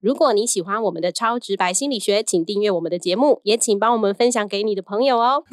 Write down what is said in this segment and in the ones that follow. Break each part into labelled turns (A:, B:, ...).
A: 如果你喜欢我们的超直白心理学，请订阅我们的节目，也请帮我们分享给你的朋友哦。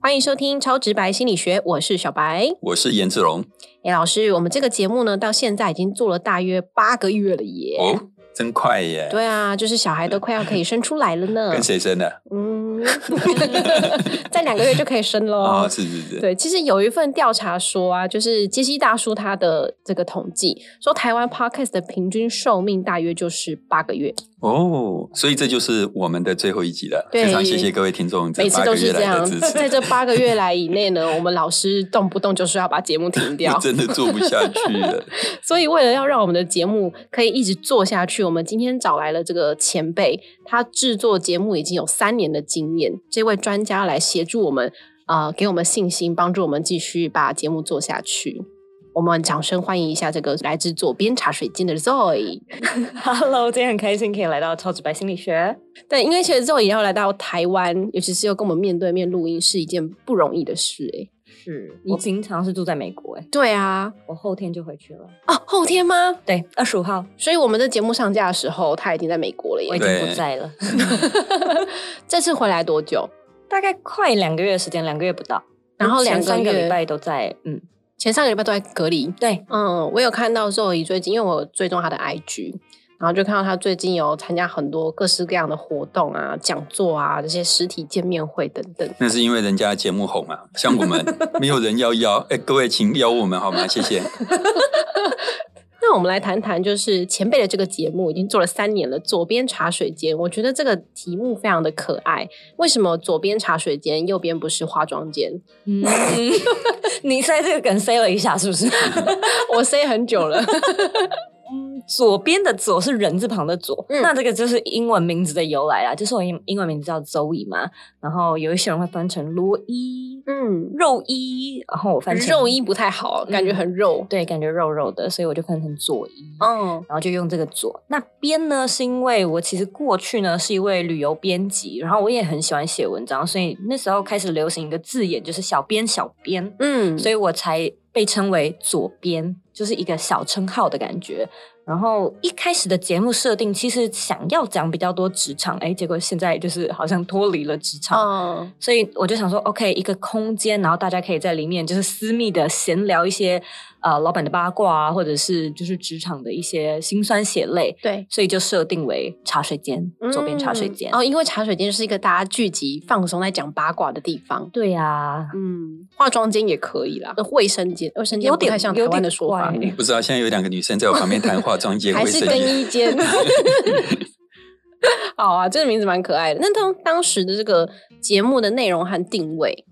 A: 欢迎收听《超直白心理学》，我是小白。
B: 我是颜志龙。
A: 哎，老师，我们这个节目呢，到现在已经做了大约八个月了耶。
B: 哦，真快耶！
A: 对啊，就是小孩都快要可以生出来了呢
B: 跟。谁生的？
A: 嗯， 在两个月就可以生喽。
B: 哦，是是是，
A: 对，其实有一份调查说啊，就是杰西大叔他的这个统计说，台湾 podcast 的平均寿命大约就是八个月，
B: 哦，所以这就是我们的最后一集了。
A: 对
B: 非常谢谢各位听众这
A: 每次
B: 八个
A: 都是
B: 月
A: 这
B: 来
A: 样
B: 的支。
A: 在
B: 持，
A: 这八个月来以内呢，我们老师动不动就是要把节目停掉
B: 我，真的做不下去 了。
A: 所以为了要让我们的节目可以一直做下去，我们今天找来了这个前辈，他制作节目已经有三年的经验，这位专家来协助我们，呃，给我们信心，帮助我们继续把节目做下去。我们掌声欢迎一下这个来自左边茶水间的 Zoe。
C: Hello，今天很开心可以来到超直白心理学。
A: 对，因为其实 Zoe 要来到台湾，尤其是又跟我们面对面录音，是一件不容易的事哎、
C: 是我平常是住在美国、哎，
A: 对啊，
C: 我后天就回去了。
A: 哦，后天吗？
C: 对，二十五号
A: 所以我们的节目上架的时候，他已经在美国了
C: 我已
A: 耶。
C: 经
B: 对
C: 不在了，
A: 这次回来多久？
C: 大概快两个月的时间，两个月不到。嗯
A: 然后两个
C: 前三个
A: 月
C: 礼拜都在，嗯，
A: 前上个礼拜都在隔离。
C: 对，
A: 嗯，我有看到肉姨最近，因为我有追踪她的 IG，然后就看到她最近有参加很多各式各样的活动啊、讲座啊、这些实体见面会等等。
C: 嗯
B: 那是因为人家节目红啊，像我们没有人要邀， 哎，各位请邀我们好吗？谢谢。
A: 那我们来谈谈，就是前辈的这个节目已经做了三年了，《左边茶水间》，我觉得这个题目非常的可爱。为什么左边茶水间，右边不是化妆间？
C: 嗯， 你在这个梗塞了一下，是不 是？
A: 我 say 很久 了，
C: 左边的左是人字旁的左，
A: 嗯
C: 那这个就是英文名字的由来啦，就是我英英文名字叫 Zoe 嘛，然后有一些人会翻成罗伊、
A: 嗯，
C: 肉伊，然后我翻成
A: 肉，衣不太好，感觉很肉。
C: 对，感觉肉肉的，所以我就翻成左伊。
A: 嗯
C: 然后就用这个做。那编呢，是因为我其实过去呢是一位旅游编辑，然后我也很喜欢写文章，所以那时候开始流行一个字眼，就是小编小编，
A: 嗯，
C: 所以我才被称为左编，就是一个小称号的感觉。然后一开始的节目设定其实想要讲比较多职场，哎，结果现在就是好像脱离了职场，
A: 嗯
C: 所以我就想说，OK，一个空间，然后大家可以在里面就是私密的闲聊一些呃老板的八卦啊，或者是就是职场的一些辛酸血泪，
A: 对。
C: 所以就设定为茶水间，左边茶水间。
A: 嗯、哦，因为茶水间是一个大家聚集放松在讲八卦的地方。
C: 对呀、
A: 嗯，化妆间也可以啦，卫生间，卫生间
C: 有
A: 不
C: 点
A: 太像台湾的说法
C: 有，点怪
B: 不知道现在有两个女生在我旁边谈化妆间、
A: 哎还
B: 卫
A: 是
B: 生
A: 更
B: 间，
A: 衣间。 好啊，这个名字蛮可爱的。那当当时的这个节目的内容和定位，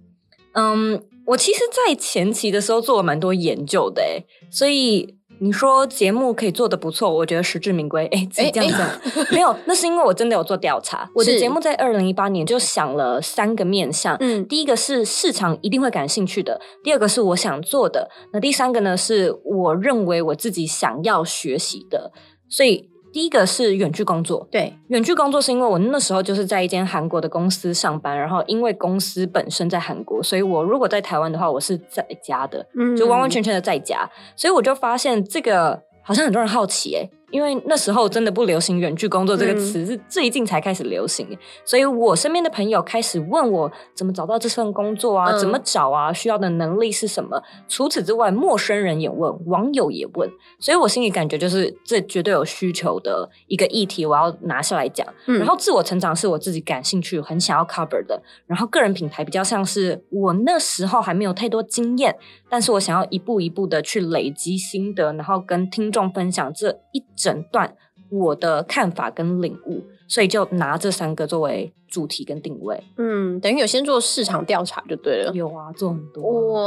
C: 嗯，我其实，在前期的时候做了蛮多研究的，哎，所以。你说节目可以做的不错，我觉得实至名归。哎，自己
A: 哎
C: 这样讲，没有，那是因为我真的有做调查。我的
A: 是
C: 节目在二零一八年就想了三个面向，
A: 嗯
C: 第一个是市场一定会感兴趣的，第二个是我想做的，那第三个呢是我认为我自己想要学习的。所以第一个是远距工作，
A: 对，
C: 远距工作是因为我那时候就是在一间韩国的公司上班，然后因为公司本身在韩国，所以我如果在台湾的话，我是在家的，
A: 嗯
C: 就完完全全的在家，所以我就发现这个好像很多人好奇哎、因为那时候真的不流行“远距工作”这个
A: 嗯
C: 词，是最近才开始流行耶，所以我身边的朋友开始问我怎么找到这份工作啊，
A: 嗯
C: 怎么找啊，需要的能力是什么。除此之外，陌生人也问，网友也问，所以我心里感觉就是这绝对有需求的一个议题，我要拿下来讲。
A: 嗯
C: 然后自我成长是我自己感兴趣、很想要 cover 的，然后个人品牌比较像是我那时候还没有太多经验，但是我想要一步一步的去累积心得，然后跟听众分享这一整段我的看法跟领悟，所以就拿这三个作为主题跟定位。
A: 嗯，等于有先做市场调查就对了。
C: 有啊，做很多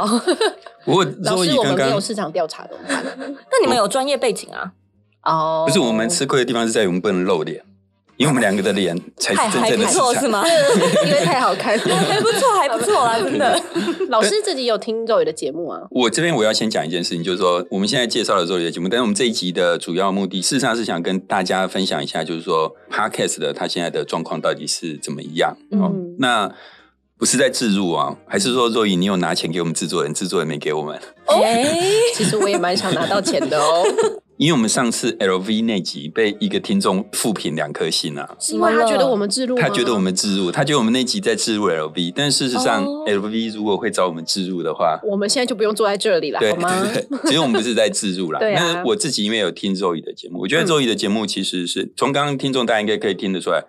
A: 哇哦，
B: 不过
A: 老
B: 周
A: 师，
B: 易
A: 我
B: 刚
A: 们没
B: 刚
A: 有市场调查怎么办？
C: 那你们有专业背景啊？
A: 哦，
B: 不是我们吃亏的地方是在于我们不能露脸，因为我们两个的脸才
C: 还
B: 是哎真
C: 还
B: 正
C: 不
B: 的市
C: 错是
B: 场。
C: 吗？
A: 因为太好看
C: 还
A: 了。
C: 不错，还不错
B: 哦
C: 啦，真的。
A: 老师自己有听 Zoe 的节目啊？
B: 我这边我要先讲一件事情，就是说我们现在介绍了周里的节目，但是我们这一集的主要目的，事实上是想跟大家分享一下，就是说 podcast 的它现在的状况到底是怎么样。哦，
A: 嗯，
B: 那不是在自入啊，还是说若隐你有拿钱给我们制作人，制作人没给我们？
C: 哎，
A: 其实我也蛮想拿到钱的 哦，
B: 因为我们上次 LV 那集被一个听众复评两颗星啊，
A: 是因为他觉得我们制度，
B: 他觉得我们置入，他觉得我们那集在置入 LV，但事实上
C: 哦
B: LV 如果会找我们置入的话，
A: 我们现在就不用坐在这里了，
B: 对
A: 好吗？。
B: 对对，其实我们不是在自助啦
A: 对啊
B: 那我自己因为有听周易的节目，我觉得
A: 嗯
B: 周易的节目其实是从刚刚听众大家应该可以听得出来，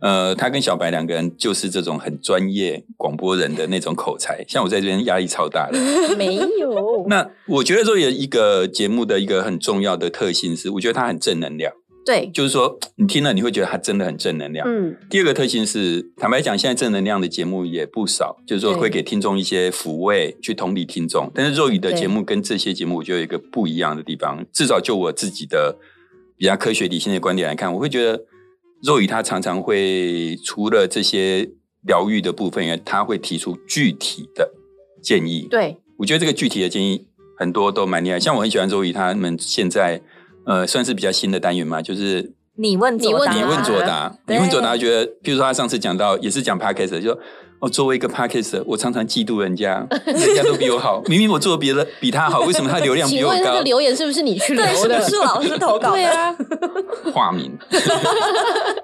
B: 呃，他跟小白两个人就是这种很专业广播人的那种口才，像我在这边压力超 大的。
A: 没有，
B: 那我觉得周易的一个节目的一个很重要的特性是，我觉得它很正能量，
A: 对，
B: 就是说你听了你会觉得它真的很正能量。
A: 嗯，
B: 第二个特性是，坦白讲，现在正能量的节目也不少，就是说
A: 对
B: 会给听众一些抚慰，去同理听众。但是肉语的节目跟这些节目，我觉得有一个不一样的地方，至少就我自己的比较科学理性的观点来看，我会觉得肉语它常常会除了这些疗愈的部分以外，它会提出具体的建议。
A: 对，
B: 我觉得这个具体的建议很多都蛮厉害，像我很喜欢周瑜他们现在呃算是比较新的单元嘛，就是
C: 你问左答，啊
A: 你
B: 你问左
A: 答
B: 答，
C: 对
B: 你问左答，觉得，譬如说他上次讲到，也是讲 podcast，的就说哦，作为一个 podcast，我常常嫉妒人家，人家都比我 好，明明我做的比的比他好，为什么他流量比
A: 请
B: 我
A: 问那
B: 高
A: 个？留言是不是你去留
C: 对，是
A: 的
C: 不？是老师投稿
A: 对
C: 的？
A: 啊，
B: 化名。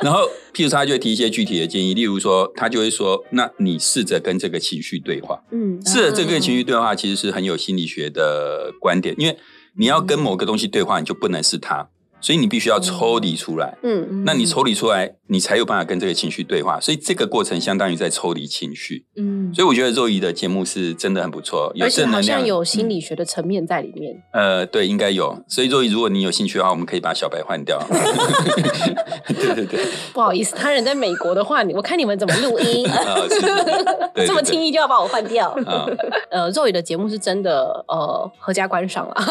B: 然后，譬如说他就会提一些具体的建议，例如说，他就会说，那你试着跟这个情绪对话，
A: 嗯，
B: 试着这个情绪对话，其实是很有心理学的观点，因为你要跟某个东西对话，你就不能是它，所以你必须要抽离出来。
A: 嗯，
B: 那你抽离出来，你才有办法跟这个情绪对话。所以这个过程相当于在抽离情绪。
C: 嗯，
B: 所以我觉得肉姨的节目是真的很不错，有
A: 而且
B: 正能
A: 好
B: 量，
A: 像有心理学的层面在里面。
B: 嗯呃，对，应该有。所以肉姨，如果你有兴趣的话，我们可以把小白换掉。 对对对，
A: 不好意思，他人在美国的话，你我看你们怎么录音，
B: 啊，是 对
A: 这么轻易就要把我换掉。
B: 啊，
A: 呃，肉语的节目是真的呃合家观赏啊，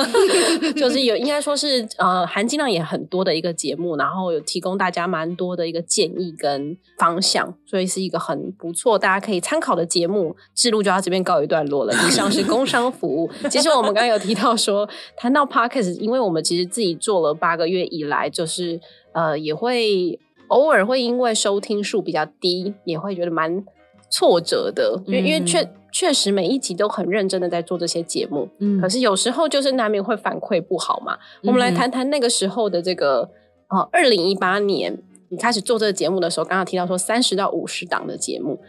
A: 就是有应该说是呃含金量也很多的一个节目，然后有提供大家蛮多的一个建议跟方向，所以是一个很不错大家可以参考的节目。制录就到这边告一段落了，以上是工商服务。其实我们刚刚有提到说，谈到 podcast，因为我们其实自己做了八个月以来，就是呃也会偶尔会因为收听数比较低，也会觉得蛮挫折的，因为、因为
C: 嗯
A: 确确实每一集都很认真的在做这些节目，
C: 嗯
A: 可是有时候就是难免会反馈不好嘛。
C: 嗯
A: 我们来谈谈那个时候的这个呃，二零一八年你开始做这个节目的时候，刚刚提到说三十到五十档的节目，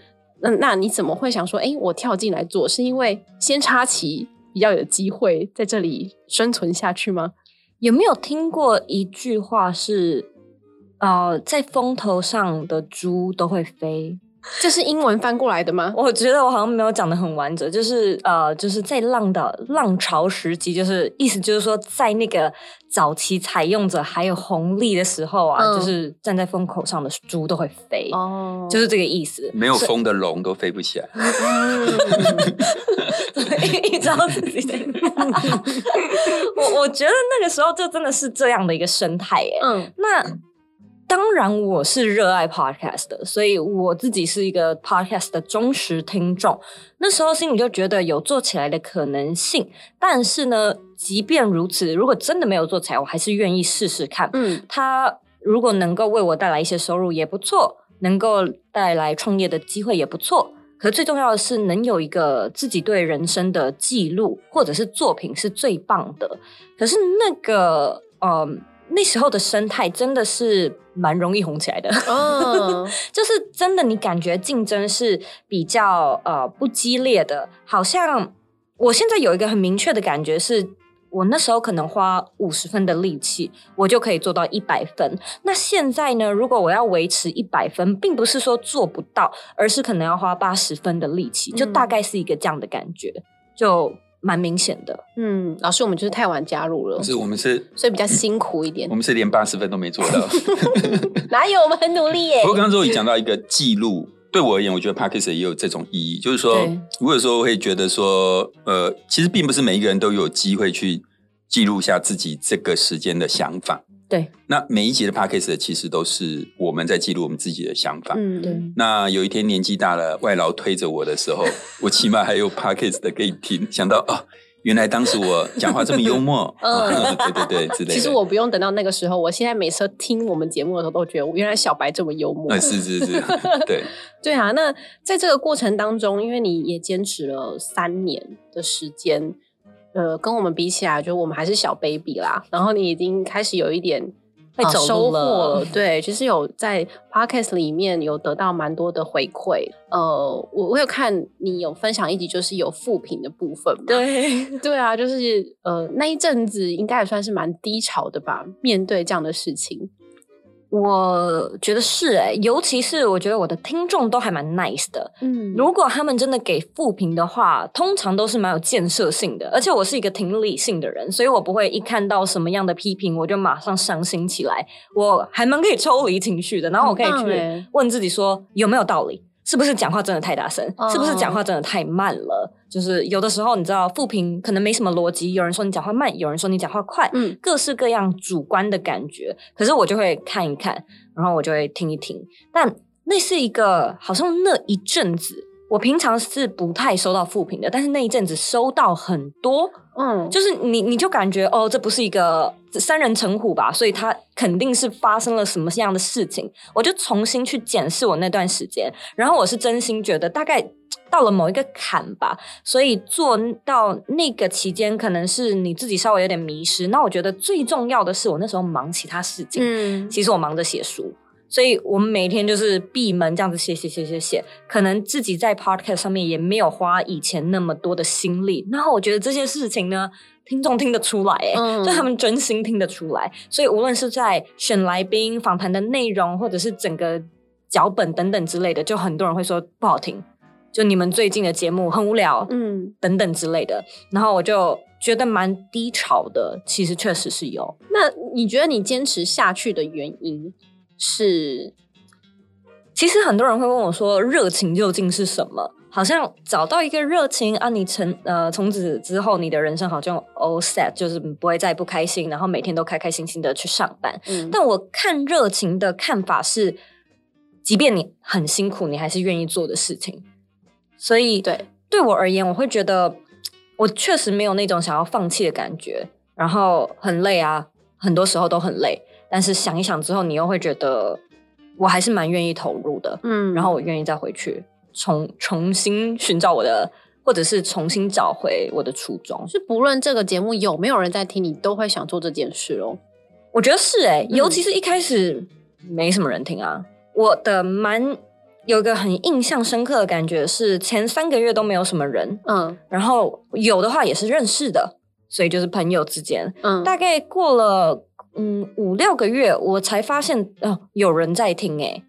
A: 那那你怎么会想说，哎，我跳进来做，是因为先插旗比较有机会在这里生存下去吗？
C: 有没有听过一句话是，呃，在风头上的猪都会飞？
A: 这是英文翻过来的吗？
C: 我觉得我好像没有讲的很完整，就是呃，就是在浪的浪潮时期，就是意思就是说，在那个早期采用者还有红利的时候啊，
A: 嗯
C: 就是站在风口上的猪都会飞，
A: 哦
C: 就是这个意思。
B: 没有风的龙都飞不起来。
C: 一招自己 在。我我觉得那个时候就真的是这样的一个生态耶。
A: 嗯
C: 那当然，我是热爱 podcast 的，所以我自己是一个 podcast 的忠实听众。那时候心里就觉得有做起来的可能性，但是呢，即便如此，如果真的没有做起来，我还是愿意试试看。
A: 嗯
C: 它如果能够为我带来一些收入也不错，能够带来创业的机会也不错。可最重要的是，能有一个自己对人生的记录或者是作品是最棒的。可是那个，呃，那时候的生态真的是蛮容易红起来的。
A: 哦，
C: 就是真的，你感觉竞争是比较呃不激烈的，好像我现在有一个很明确的感觉是。我那时候可能花五十分的力气，我就可以做到一百分。那现在呢？如果我要维持一百分，并不是说做不到，而是可能要花八十分的力气，就
A: 嗯
C: 大概是一个这样的感觉，就蛮明显的。
A: 嗯，老师，我们就是太晚加入了
B: 可，是我们是，
A: 所以比较辛苦一点
B: 我。们是连八十分都没做到。
A: 哪有，我们很努力耶
B: 不过刚刚之后也讲到一个记录， 对我而言，我觉得 p a c k a g e 也有这种意义，就是说
C: 对，
B: 我有时候会觉得说，呃，其实并不是每一个人都有机会去记录下自己这个时间的想法。
C: 对，
B: 那每一集的 podcast 其实都是我们在记录我们自己的想法。
A: 嗯，
C: 对
A: 对，
B: 那有一天年纪大了，外劳推着我的时候， 我起码还有 podcast 的可以听。想到啊、原来当时我讲话这么幽默，
A: 嗯
B: 对对对，之类的。
A: 其实我不用等到那个时候，我现在每次听我们节目的时候，都觉得原来小白这么幽默。
B: 呃，是是 是，对，
A: 对啊，那在这个过程当中，因为你也坚持了三年的时间，呃，跟我们比起来，就我们还是小 baby 啦。然后你已经开始有一点
C: 会
A: 呃
C: 走
A: 收获
C: 路了
A: 了，对，就是有在 podcast 里面有得到蛮多的回馈。呃，我我有看你有分享一集，就是有复评的部分嘛，
C: 对，
A: 对啊，就是呃那一阵子应该也算是蛮低潮的吧，面对这样的事情，
C: 我觉得是哎、尤其是我觉得我的听众都还蛮 nice 的，
A: 嗯
C: 如果他们真的给负评的话，通常都是蛮有建设性的，而且我是一个挺理性的人，所以我不会一看到什么样的批评我就马上伤心起来，我还蛮可以抽离情绪的，然后我可以
A: 很棒
C: 去
A: 欸
C: 问自己说有没有道理。是不是讲话真的太大声？
A: 哦
C: 是不是讲话真的太慢了？就是有的时候，你知道，负评可能没什么逻辑。有人说你讲话慢，有人说你讲话快，
A: 嗯
C: 各式各样主观的感觉。可是我就会看一看，然后我就会听一听。但那是一个好像那一阵子，我平常是不太收到负评的，但是那一阵子收到很多，
A: 嗯，
C: 就是你你就感觉哦，这不是一个三人成虎吧，所以他肯定是发生了什么样的事情。我就重新去检视我那段时间，然后我是真心觉得大概。到了某一个坎吧，所以做到那个期间，可能是你自己稍微有点迷失。那我觉得最重要的是，我那时候忙其他事情，
A: 嗯
C: 其实我忙着写书，所以我们每天就是闭门这样子写写写写写，可能自己在 podcast 上面也没有花以前那么多的心力。然后我觉得这些事情呢，听众听得出来、欸，
A: 嗯
C: 就他们真心听得出来。所以无论是在选来宾、访谈的内容，或者是整个脚本等等之类的，就很多人会说不好听，就你们最近的节目很无聊，
A: 嗯，
C: 等等之类的。然后我就觉得蛮低潮的，其实确实是有。
A: 那你觉得你坚持下去的原因是？
C: 其实很多人会问我说，热情究竟是什么？好像找到一个热情啊，你成呃，从此之后你的人生好像 all set，就是不会再不开心，然后每天都开开心心的去上班。
A: 嗯，
C: 但我看热情的看法是，即便你很辛苦，你还是愿意做的事情。所以
A: 对，
C: 对我而言，我会觉得我确实没有那种想要放弃的感觉，然后很累啊，很多时候都很累。但是想一想之后，你又会觉得我还是蛮愿意投入的，
A: 嗯
C: 然后我愿意再回去重重新寻找我的，或者是重新找回我的初衷。
A: 是不论这个节目有没有人在听，你都会想做这件事哦。
C: 我觉得是哎、
A: 嗯
C: 尤其是一开始没什么人听啊。我的蛮有一个很印象深刻的感觉是，前三个月都没有什么人，
A: 嗯
C: 然后有的话也是认识的，所以就是朋友之间。
A: 嗯，
C: 大概过了嗯五六个月，我才发现哦有人在听诶、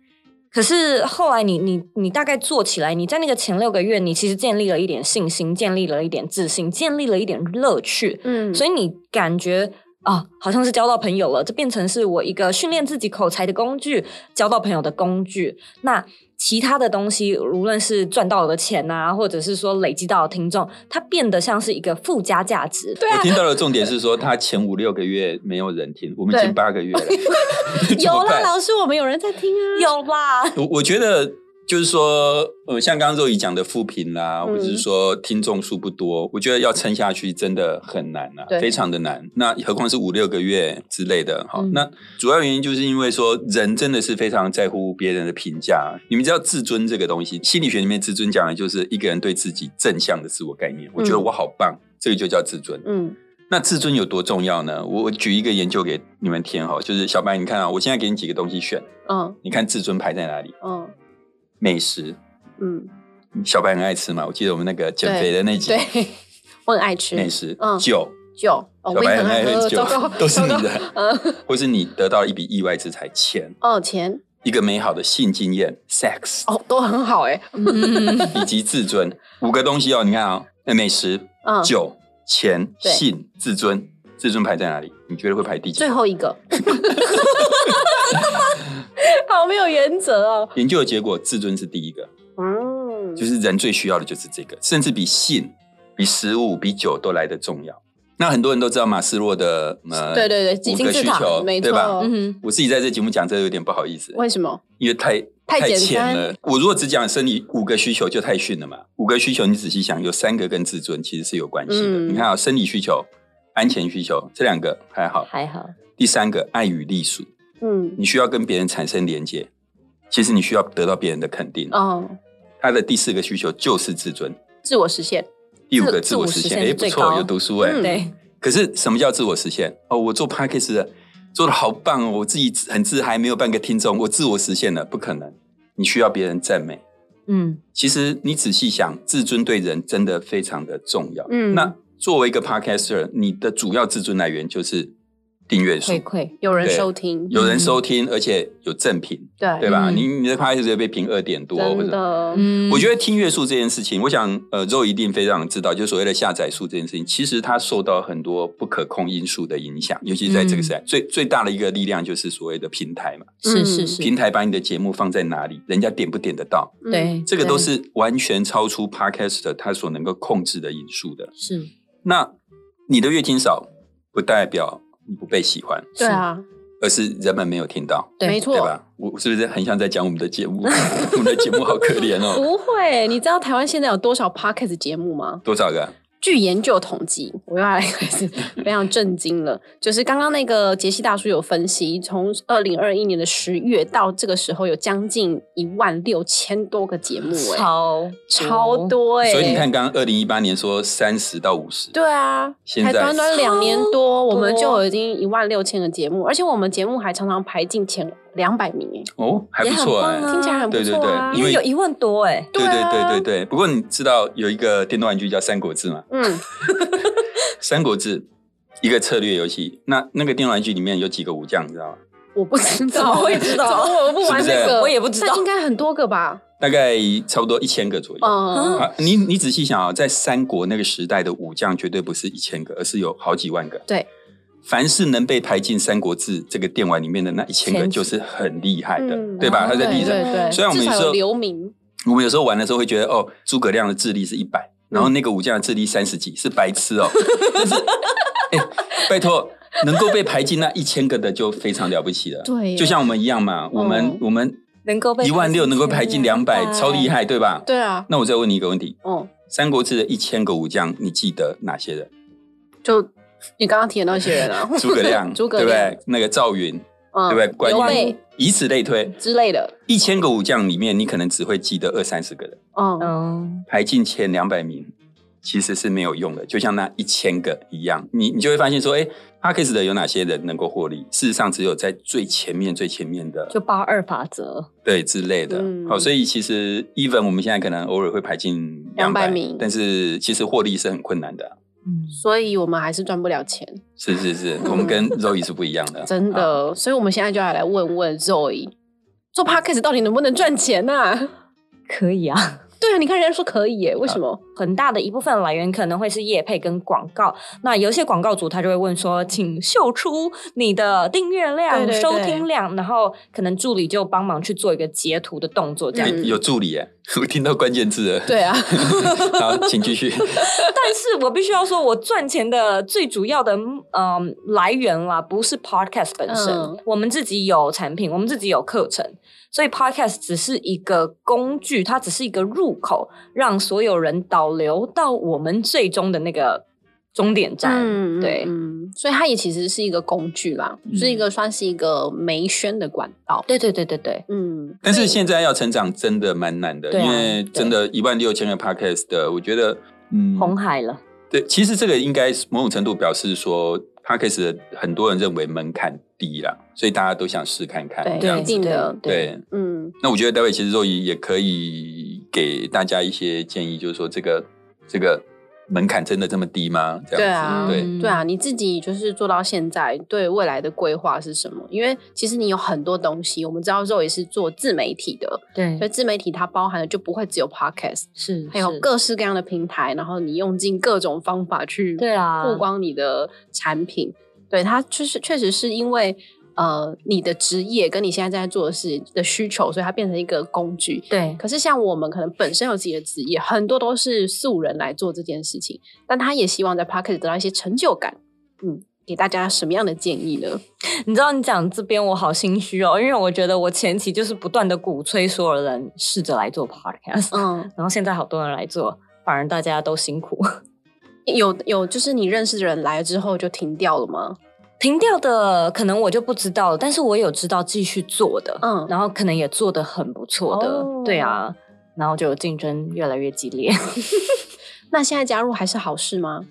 C: 可是后来你你你大概做起来，你在那个前六个月，你其实建立了一点信心，建立了一点自信，建立了一点乐趣，
A: 嗯，
C: 所
A: 以
C: 以你感觉啊，好像是交到朋友了，这变成是我一个训练自己口才的工具，交到朋友的工具。那其他的东西，无论是赚到的钱啊，或者是说累积到的听众，它变得像是一个附加价值。对
A: 啊
B: 我听到的重点是说，他前五六个月没有人听，我们已经
A: 对
B: 八 个月了， 你怎
A: 有
B: 么
A: 啦，
B: 办
A: 老师，我们有人在听啊。
C: 有啦，
B: 我我觉得就是说，呃，像刚刚肉姨讲的复评啦，
A: 嗯
B: 或者是说听众数不多，我觉得要撑下去真的很难啊，
A: 对
B: 非常的难。那何况是五六个月之类的，好，
C: 嗯
B: 那主要原因就是因为说人真的是非常在乎别人的评价。你们知道自尊这个东西，心理学里面自尊讲的就是一个人对自己正向的自我概念，我觉得我好棒，这个就叫自尊。
A: 嗯
B: 那自尊有多重要呢？我我举一个研究给你们听哈，就是小白，你看啊，我现在给你几个东西选，
A: 嗯
B: 你看自尊排在哪里？
A: 嗯
B: 美食，
A: 嗯，
B: 小白很爱吃嘛，我记得我们那个减肥的那集
A: 对，我很爱吃
B: 美食，
A: 嗯
B: 酒，
A: 酒，哦
B: 小
A: 我也
B: 白
A: 很爱
B: 喝
A: 喝，
B: 酒
A: 糟糕，
B: 都是你
A: 糟糕
B: 的
A: 嗯，
B: 或是你得到一笔意外之财，钱，
A: 哦，钱，
B: 一个美好的性经验，sex，
A: 哦，都很好哎。
C: 嗯，
B: 以及自尊，五个东西哦，你看啊、那美食、
A: 嗯，
B: 酒、钱、
A: 对
B: 性、自尊，自尊排在哪里？你觉得会排第几
A: 最？后一 个，好没有原则哦。
B: 研究的结果，自尊是第一个，
A: 嗯，
B: 就是人最需要的就是这个，甚至比性、比食物、比酒都来得重要。那很多人都知道马斯洛的呃，
A: 对对对
B: 五
A: 金
B: 个
A: 字
B: 需
A: 塔
B: 求，
A: 没
B: 对吧
A: 错？
C: 嗯哼，
B: 我自己在这节目讲这有点不好意思，
A: 为什么？
B: 因为太
A: 太简
B: 浅
A: 单
B: 了。我如果只讲生理五个需求就太逊了嘛，五个需求你仔细想，有三个跟自尊其实是有关系的。
A: 嗯
B: 你看啊、生理需求、安全需求这两个还好，
C: 还好，
B: 第三个爱与隶属，
A: 嗯，
B: 你需要跟别人产生连接，其实你需要得到别人的肯定。
A: 哦，
B: 他的第四个需求就是自尊，
A: 自我实现，
B: 第五个
C: 自
B: 自
C: 我
B: 我
C: 实
B: 实现，
C: 现是
B: 哎，不
C: 最
B: 错，
C: 高
B: 有读书哎、
A: 嗯
C: 对，
B: 可是什么叫自我实现？哦，我做 p a c k a g e 做的好棒哦，我自己很自嗨，没有半个听众，我自我实现了，不可能。你需要别人赞美。
C: 嗯，
B: 其实你仔细想，自尊对人真的非常的重要。
A: 嗯
B: 那作为一个 podcaster，你的主要自尊来源就是订阅数
C: 回，馈，
A: 有人
B: 对
A: 收听，
B: 有人收听，而且有正评，
A: 对
B: 对吧？
C: 嗯
B: 你你的 podcast 被评二点多，或
A: 真
B: 者
A: 的，
C: 嗯
B: 我觉得听乐数这件事情，我想呃肉一定非常知道，就所谓的下载数这件事情，其实它受到很多不可控因素的影响，尤其是在这个时
C: 嗯
B: 代，最最大的一个力量就是所谓的平台嘛，
C: 是是
A: 嗯
C: 是，
B: 平台把你的节目放在哪里，人家点不点得到，
A: 嗯
C: 对，
B: 这个都
C: 对
B: 是完全超出 podcast 它所能够控制的因素的。
C: 是
B: 那你的乐听少，不代表你不被喜欢，
A: 对啊，
B: 而是人们没有听到。
C: 对
A: 没
B: 对
A: 错。
B: 吧？我我是不是很想在讲我们的节目？ 我们的节目好可怜 哦，
A: 不会，你知道台湾现在有多少 podcast 节目吗？
B: 多少个啊？
A: 据研究统计，我又要来开始非常震惊了。 就是刚刚那个杰西大叔有分析，从二零二一年的十月到这个时候，有将近一万六千多个节目、欸，
C: 超
A: 超，多哎、
B: 哦所以你看，刚刚二零一八年说三十到五十，
A: 对啊，
B: 现
A: 才
B: 在
A: 短短两年
C: 超
A: 多，我们
C: 多
A: 就已经一万六千个节目，而且我们节目还常常排进前两百名、欸，
B: 哦，还
C: 也
B: 不
C: 很
B: 错哎、
C: 棒啊
A: 听起来很不
B: 对对
A: 错啊。
B: 因
C: 因
B: 为
C: 为有一万多哎，
B: 对
A: 对
B: 对
A: 啊
B: 对对对，不过你知道有一个电动玩具叫《三国志》吗？
A: 嗯，
B: 《三国志》一个策略游戏，那那个电动玩具里面有几个武将，你知道吗？
A: 我 不知道，欸
C: 怎么会知道
A: 怎么我不玩
B: 是不
A: 这
B: 是
A: 个，
C: 我也不知道
A: 但应该很多个吧？
B: 大概差不多一千个左
C: 哦
B: 右。
A: 嗯，
B: 啊，你你仔细想啊，在三国那个时代的武将绝对不是一千个，而是有好几万个。
A: 对，
B: 凡是能被排进《三国志》这个电玩里面的那一千个，
C: 前几啊
B: 就是很厉害的，
A: 嗯
B: 对吧？他在历
A: 对
B: 史
A: 对对，
B: 虽然我们
A: 至
B: 有
A: 少
B: 时
A: 有
B: 候
A: 留名，
B: 我们有时候玩的时候会觉得，哦，诸葛亮的智力是一百，然后那个武将的智力三十几，是白痴哦。但是， 哎，拜托，能够被排进那一千个的就非常了不起了。
A: 对耶
B: 就像我们一样嘛，我们、
A: 嗯
B: 我们
C: 能够被
B: 一万六能够排进两百，
C: 200
B: 超厉害，对吧？
A: 对啊，
B: 那我再问你一个问题：
A: 嗯，
B: 《三国志》的一千个武将，你记得哪些人？
A: 就你刚刚提的那些人 啊，
B: 诸葛亮，
A: 诸葛
B: 对不
A: 亮
B: 对？那个赵云，
A: 嗯，
B: 对不对？
A: 刘
B: 关
A: 备
B: 羽，以此类推，
A: 之类的，
B: 一千个武将里面，你可能只会记得二三十个人。
A: 嗯，
C: 嗯，
B: 排进前两百名其实是没有用的，就像那一千个一样，你你就会发现说，哎 p a c k a g 的有哪些人能够获利？事实上，只有在最前面、最前面的
C: 就八二法则，
B: 对之类的。好、
A: 嗯
B: 所以其实 even 我们现在可能偶尔会排进
A: 200
B: 200
A: 名
B: 但是其实获利是很困难的。
C: 嗯，
A: 所以我们还是赚不了钱，
B: 是是是，
A: 嗯
B: 我 们跟 Zoe 是不一样的，
A: 真
B: 好。
A: 的。所以我们现在就要来问问 Zoe，做 podcast 到底能不能赚钱呐？
C: 可以啊。
A: 对啊，你看人家说可以耶，
B: 嗯
A: 为什么？
C: 很大的一部分来源可能会是业配跟广告，那有一些广告主他就会问说，请秀出你的订阅量、
A: 对对对
C: 收听量，然后可能助理就帮忙去做一个截图的动作，这样
B: 哎
A: 嗯
B: 有助理耶，我听到关键字了。
A: 对啊，
B: 好，请继续。
C: 但是我必须要说，我赚钱的最主要的嗯、来源啦，不是 podcast 本身，
A: 嗯
C: 我们自己有产品，我们自己有课程，所以 podcast 只是一个工具，它只是一个入口，让所有人导流到我们最终的那个终点站。
A: 嗯，
C: 对
A: 嗯，所以它也其实是一个工具啦，是
B: 嗯
A: 一个算是一个媒宣的管道。
C: 对对对对对，
A: 嗯，
B: 但是
A: 所以
B: 现在要成长真的蛮难的，
C: 对啊
B: 因为真的，一万六千个 podcast 的，我觉得，嗯，
C: 红海了，
B: 对，其实这个应该是某种程度表示说 p a c k a g e 很多人认为门槛低啦，所以大家都想试看看。
A: 对
B: 这样
A: 一
B: 子
A: 定的
B: 对。
C: 对，
A: 嗯，
B: 那我觉得待会其实肉姨也可以给大家一些建议，就是说这个这个门槛真的这么低吗？这
A: 对
B: 样
A: 啊
B: 子，对,、
C: 嗯
A: 对啊，你自己就是做到现在，对未来的规划是什么？因为其实你有很多东西，我们知道肉也是做自媒体的，
C: 对
A: 所以自媒体它包含的就不会只有 podcast，
C: 是
A: 还有
C: 是
A: 各式各样的平台，然后你用尽各种方法去
C: 对啊
A: 曝光你的产品。对它确实确实是因为呃你的职业跟你现在正在做的事的需求，所以它变成一个工具。
C: 对
A: 可是像我们可能本身有自己的职业，很多都是素人来做这件事情，但他也希望在 p o c k e t 得到一些成就感。嗯，给大家什么样的建议呢？
C: 你知道你讲这边我好心虚哦，因为我觉得我前期就是不断的鼓吹所有人试着来做 podcast，、
A: 嗯，
C: 然后现在好多人来做，反而大家都辛苦。
A: 嗯有有，就是你认识的人来了之后就停掉了吗？
C: 停掉的可能我就不知道了，但是我有知道继续做的，
A: 嗯
C: 然后可能也做得很不错的，
A: 哦
C: 对啊，然后就竞争越来越激烈。
A: 那现在加入还是好事吗？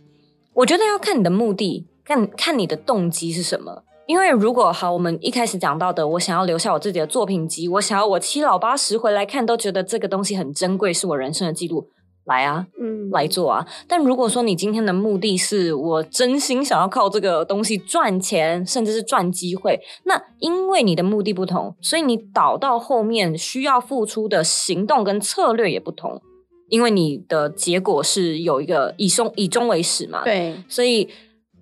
C: 我觉得要看你的目的，看看你的动机是什么。因为如果好，我们一开始讲到的，我想要留下我自己的作品集，我想要我七老八十回来看都觉得这个东西很珍贵，是我人生的记录，来啊，
A: 嗯
C: 来做啊。但如果说你今天的目的是我真心想要靠这个东西赚钱，甚至是赚机会，那因为你的目的不同，所以你导到后面需要付出的行动跟策略也不同，因为你的结果是有一个以终以终为始嘛，，
A: 对，
C: 所以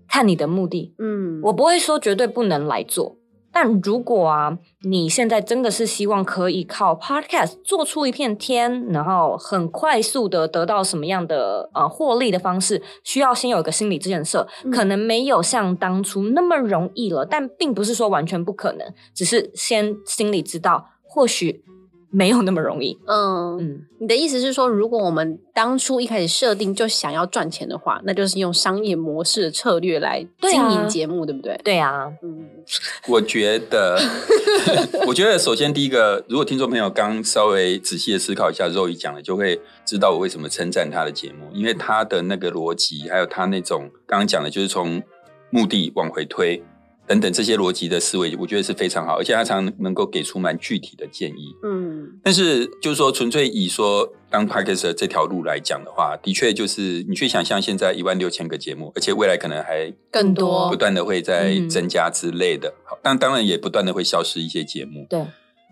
C: 看你的目的，
A: 嗯，
C: 我不会说绝对不能来做。但如果啊，你现在真的是希望可以靠 podcast 做出一片天，然后很快速的得到什么样的呃获利的方式，需要先有一个心理建设，
A: 嗯
C: 可能没有像当初那么容易了，但并不是说完全不可能，只是先心里知道，或许没有那么容易。
A: 嗯，
C: 嗯，
A: 你的意思是说，如果我们当初一开始设定就想要赚钱的话，那就是用商业模式的策略来
C: 对
A: 经
C: 啊
A: 营节目，对不对？
C: 对啊，
A: 嗯，
B: 我觉得，我觉得首先第一个，如果听众朋友刚稍微仔细的思考一下肉一讲的，就会知道我为什么称赞他的节目，因为他的那个逻辑，还有他那种刚刚讲的，就是从目的往回推等等这些逻辑的思维，我觉得是非常好，而且他常能够给出蛮具体的建议。
A: 嗯，
B: 但是就是说，纯粹以说当 p a c k a g e 这条路来讲的话，的确就是你去想象现在一万六千个节目，而且未来可能还
A: 更多
B: 不断的会在
C: 嗯
B: 增加之类的。好，但当然也不断的会消失一些节目。
C: 对，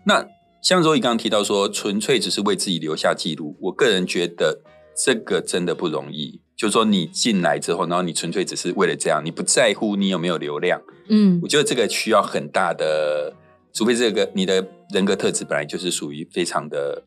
B: 那像周怡刚刚提到说，纯粹只是为自己留下记录，我个人觉得这个真的不容易。就是说你进来之后，然后你纯粹只是为了这样，你不在乎你有没有流量，
C: 嗯
B: 我，觉得这个需要很大的，除非这个你的人格特质本来就是属于非常的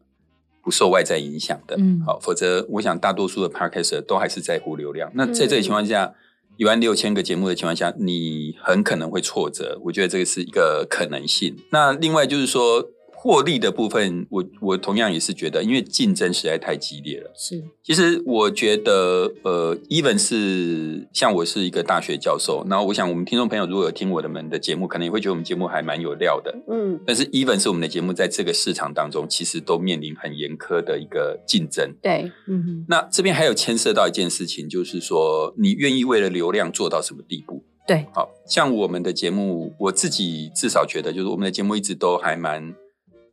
B: 不受外在影响的，
C: 嗯
B: 好，否则我想大多数的 podcaster 都还是在乎流量。那在
A: 嗯
B: 这个情况下，一万六千个节目的情况下，你很可能会挫折，我觉得这个是一个可能性。那另外就是说。获利的部分，我我同样也是觉得，因为竞争实在太激烈了。
C: 是，
B: 其实我觉得，呃，even 是像我是一个大学教授，然后我想我们听众朋友如果有听我的们的节目，可能也会觉得我们节目还蛮有料的。
A: 嗯，
B: 但是，even 是我们的节目在这个市场当中，其实都面临很严苛的一个竞争。
A: 对，
C: 嗯哼，
B: 那这边还有牵涉到一件事情，就是说你愿意为了流量做到什么地步？
C: 对，
B: 好像我们的节目，我自己至少觉得，就是我们的节目一直都还蛮，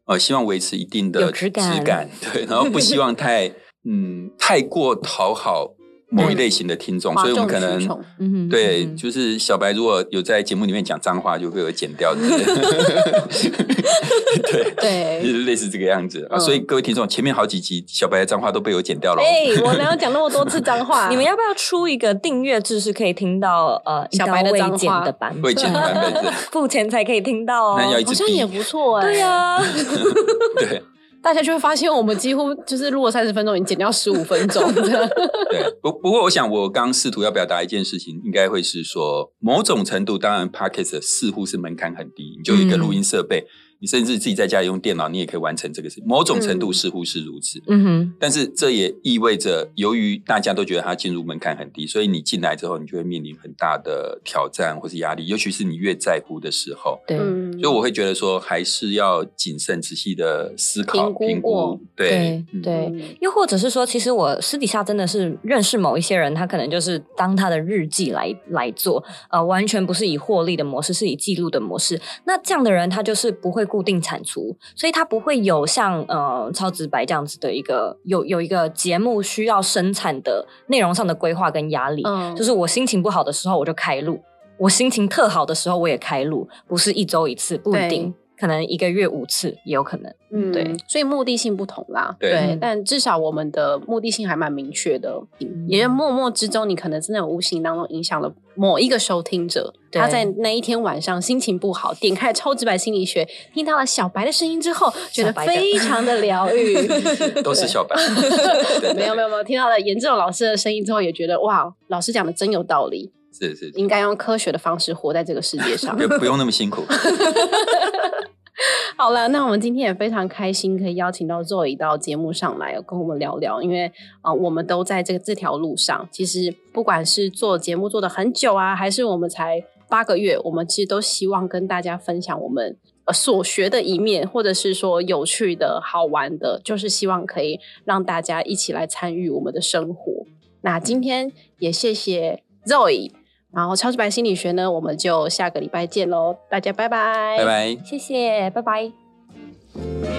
B: 呃，希望维持一定的
C: 有质感
B: 对，然后不希望太，嗯，太过讨好某一类型的听众，
A: 哗
B: 所以我们
A: 众
B: 可
A: 取
B: 能
A: 宠，
C: 嗯哼，
B: 对，
C: 嗯哼
B: 就是小白如果有在节目里面讲脏话，就会有剪掉之类的，对。就
A: 对。
B: 是类似这个样子啊，
A: 嗯
B: 所以各位听众，前面好几集小白的脏话都被我剪掉了哦。
A: 哎、我哪有讲那么多次脏 话？
C: 你们要不要出一个订阅制，是可以听到呃
A: 小白的
C: 一刀
A: 脏
C: 未剪
A: 话
C: 的版
B: 未
C: 本，
B: 剪的版本是，
C: 付钱才可以听到哦。
B: 那要一
A: 好
B: 直
A: 像也
B: 逼，
A: 不错哎、
C: 对啊呀、
B: 对
A: 大家就会发现我们几乎就是录了三十分钟，已经剪掉十五分钟这样。
B: 对。不不过，我想我刚试图要表达一件事情，应该会是说，某种程度，当然 p o c k e t 似乎是门槛很低，你就有一个
C: 嗯
B: 录音设备，你甚至自己在家里用电脑，你也可以完成这个事。某种程度
A: 嗯
B: 似乎是如此，
C: 嗯哼，
B: 但是这也意味着，由于大家都觉得它进入门槛很低，所以你进来之后，你就会面临很大的挑战或是压力，尤其是你越在乎的时候。
C: 对，
A: 嗯，
B: 所以我会觉得说，还是要谨慎、仔细的思考、
A: 评估
B: 评
A: 过
B: 估，对
C: 对
B: 嗯
C: 对
A: 嗯
C: 又或者是说，其实我私底下真的是认识某一些人，他可能就是当他的日记来来做，呃，完全不是以获利的模式，是以记录的模式。那这样的人，他就是不会固定产出，所以他不会有像呃超直白这样子的一个有有一个节目需要生产的内容上的规划跟压力。
A: 嗯
C: 就是我心情不好的时候我就开录，我心情特好的时候我也开录，不是一周一次，不一
A: 对
C: 定。可能一个月五次也有可能。
A: 嗯，
C: 对
A: 对，所以目的性不同啦，
B: 对
C: 嗯
A: 但至少我们的目的性还蛮明确的，也就默默之中，你可能真的无形当中影响了某一个收听者，
C: 对
A: 他在那一天晚上心情不好，点开超直白心理学，听到了小白的声音之后，觉得
C: 小白的
A: 非常的疗 愈，
B: 都是小白。
A: 对没有没有没有，听到了严正老师的声音之后，也觉得哇，老师讲的真有道理，
B: 是是，是
A: 应该用科学的方式活在这个世界上
B: 不。不用那么辛苦。
A: 好了，那我们今天也非常开心，可以邀请到 Zoe 到节目上来跟我们聊聊，因为呃，我们都在这个这条路上。其实不管是做节目做的很久啊，还是我们才八个月，我们其实都希望跟大家分享我们呃所学的一面，或者是说有趣的好玩的，就是希望可以让大家一起来参与我们的生活。那今天也谢谢 Zoe。然后，超直白心理学呢，我们就下个礼拜见喽，大家拜拜，
B: 拜拜。
C: 谢谢，拜拜。
D: Thank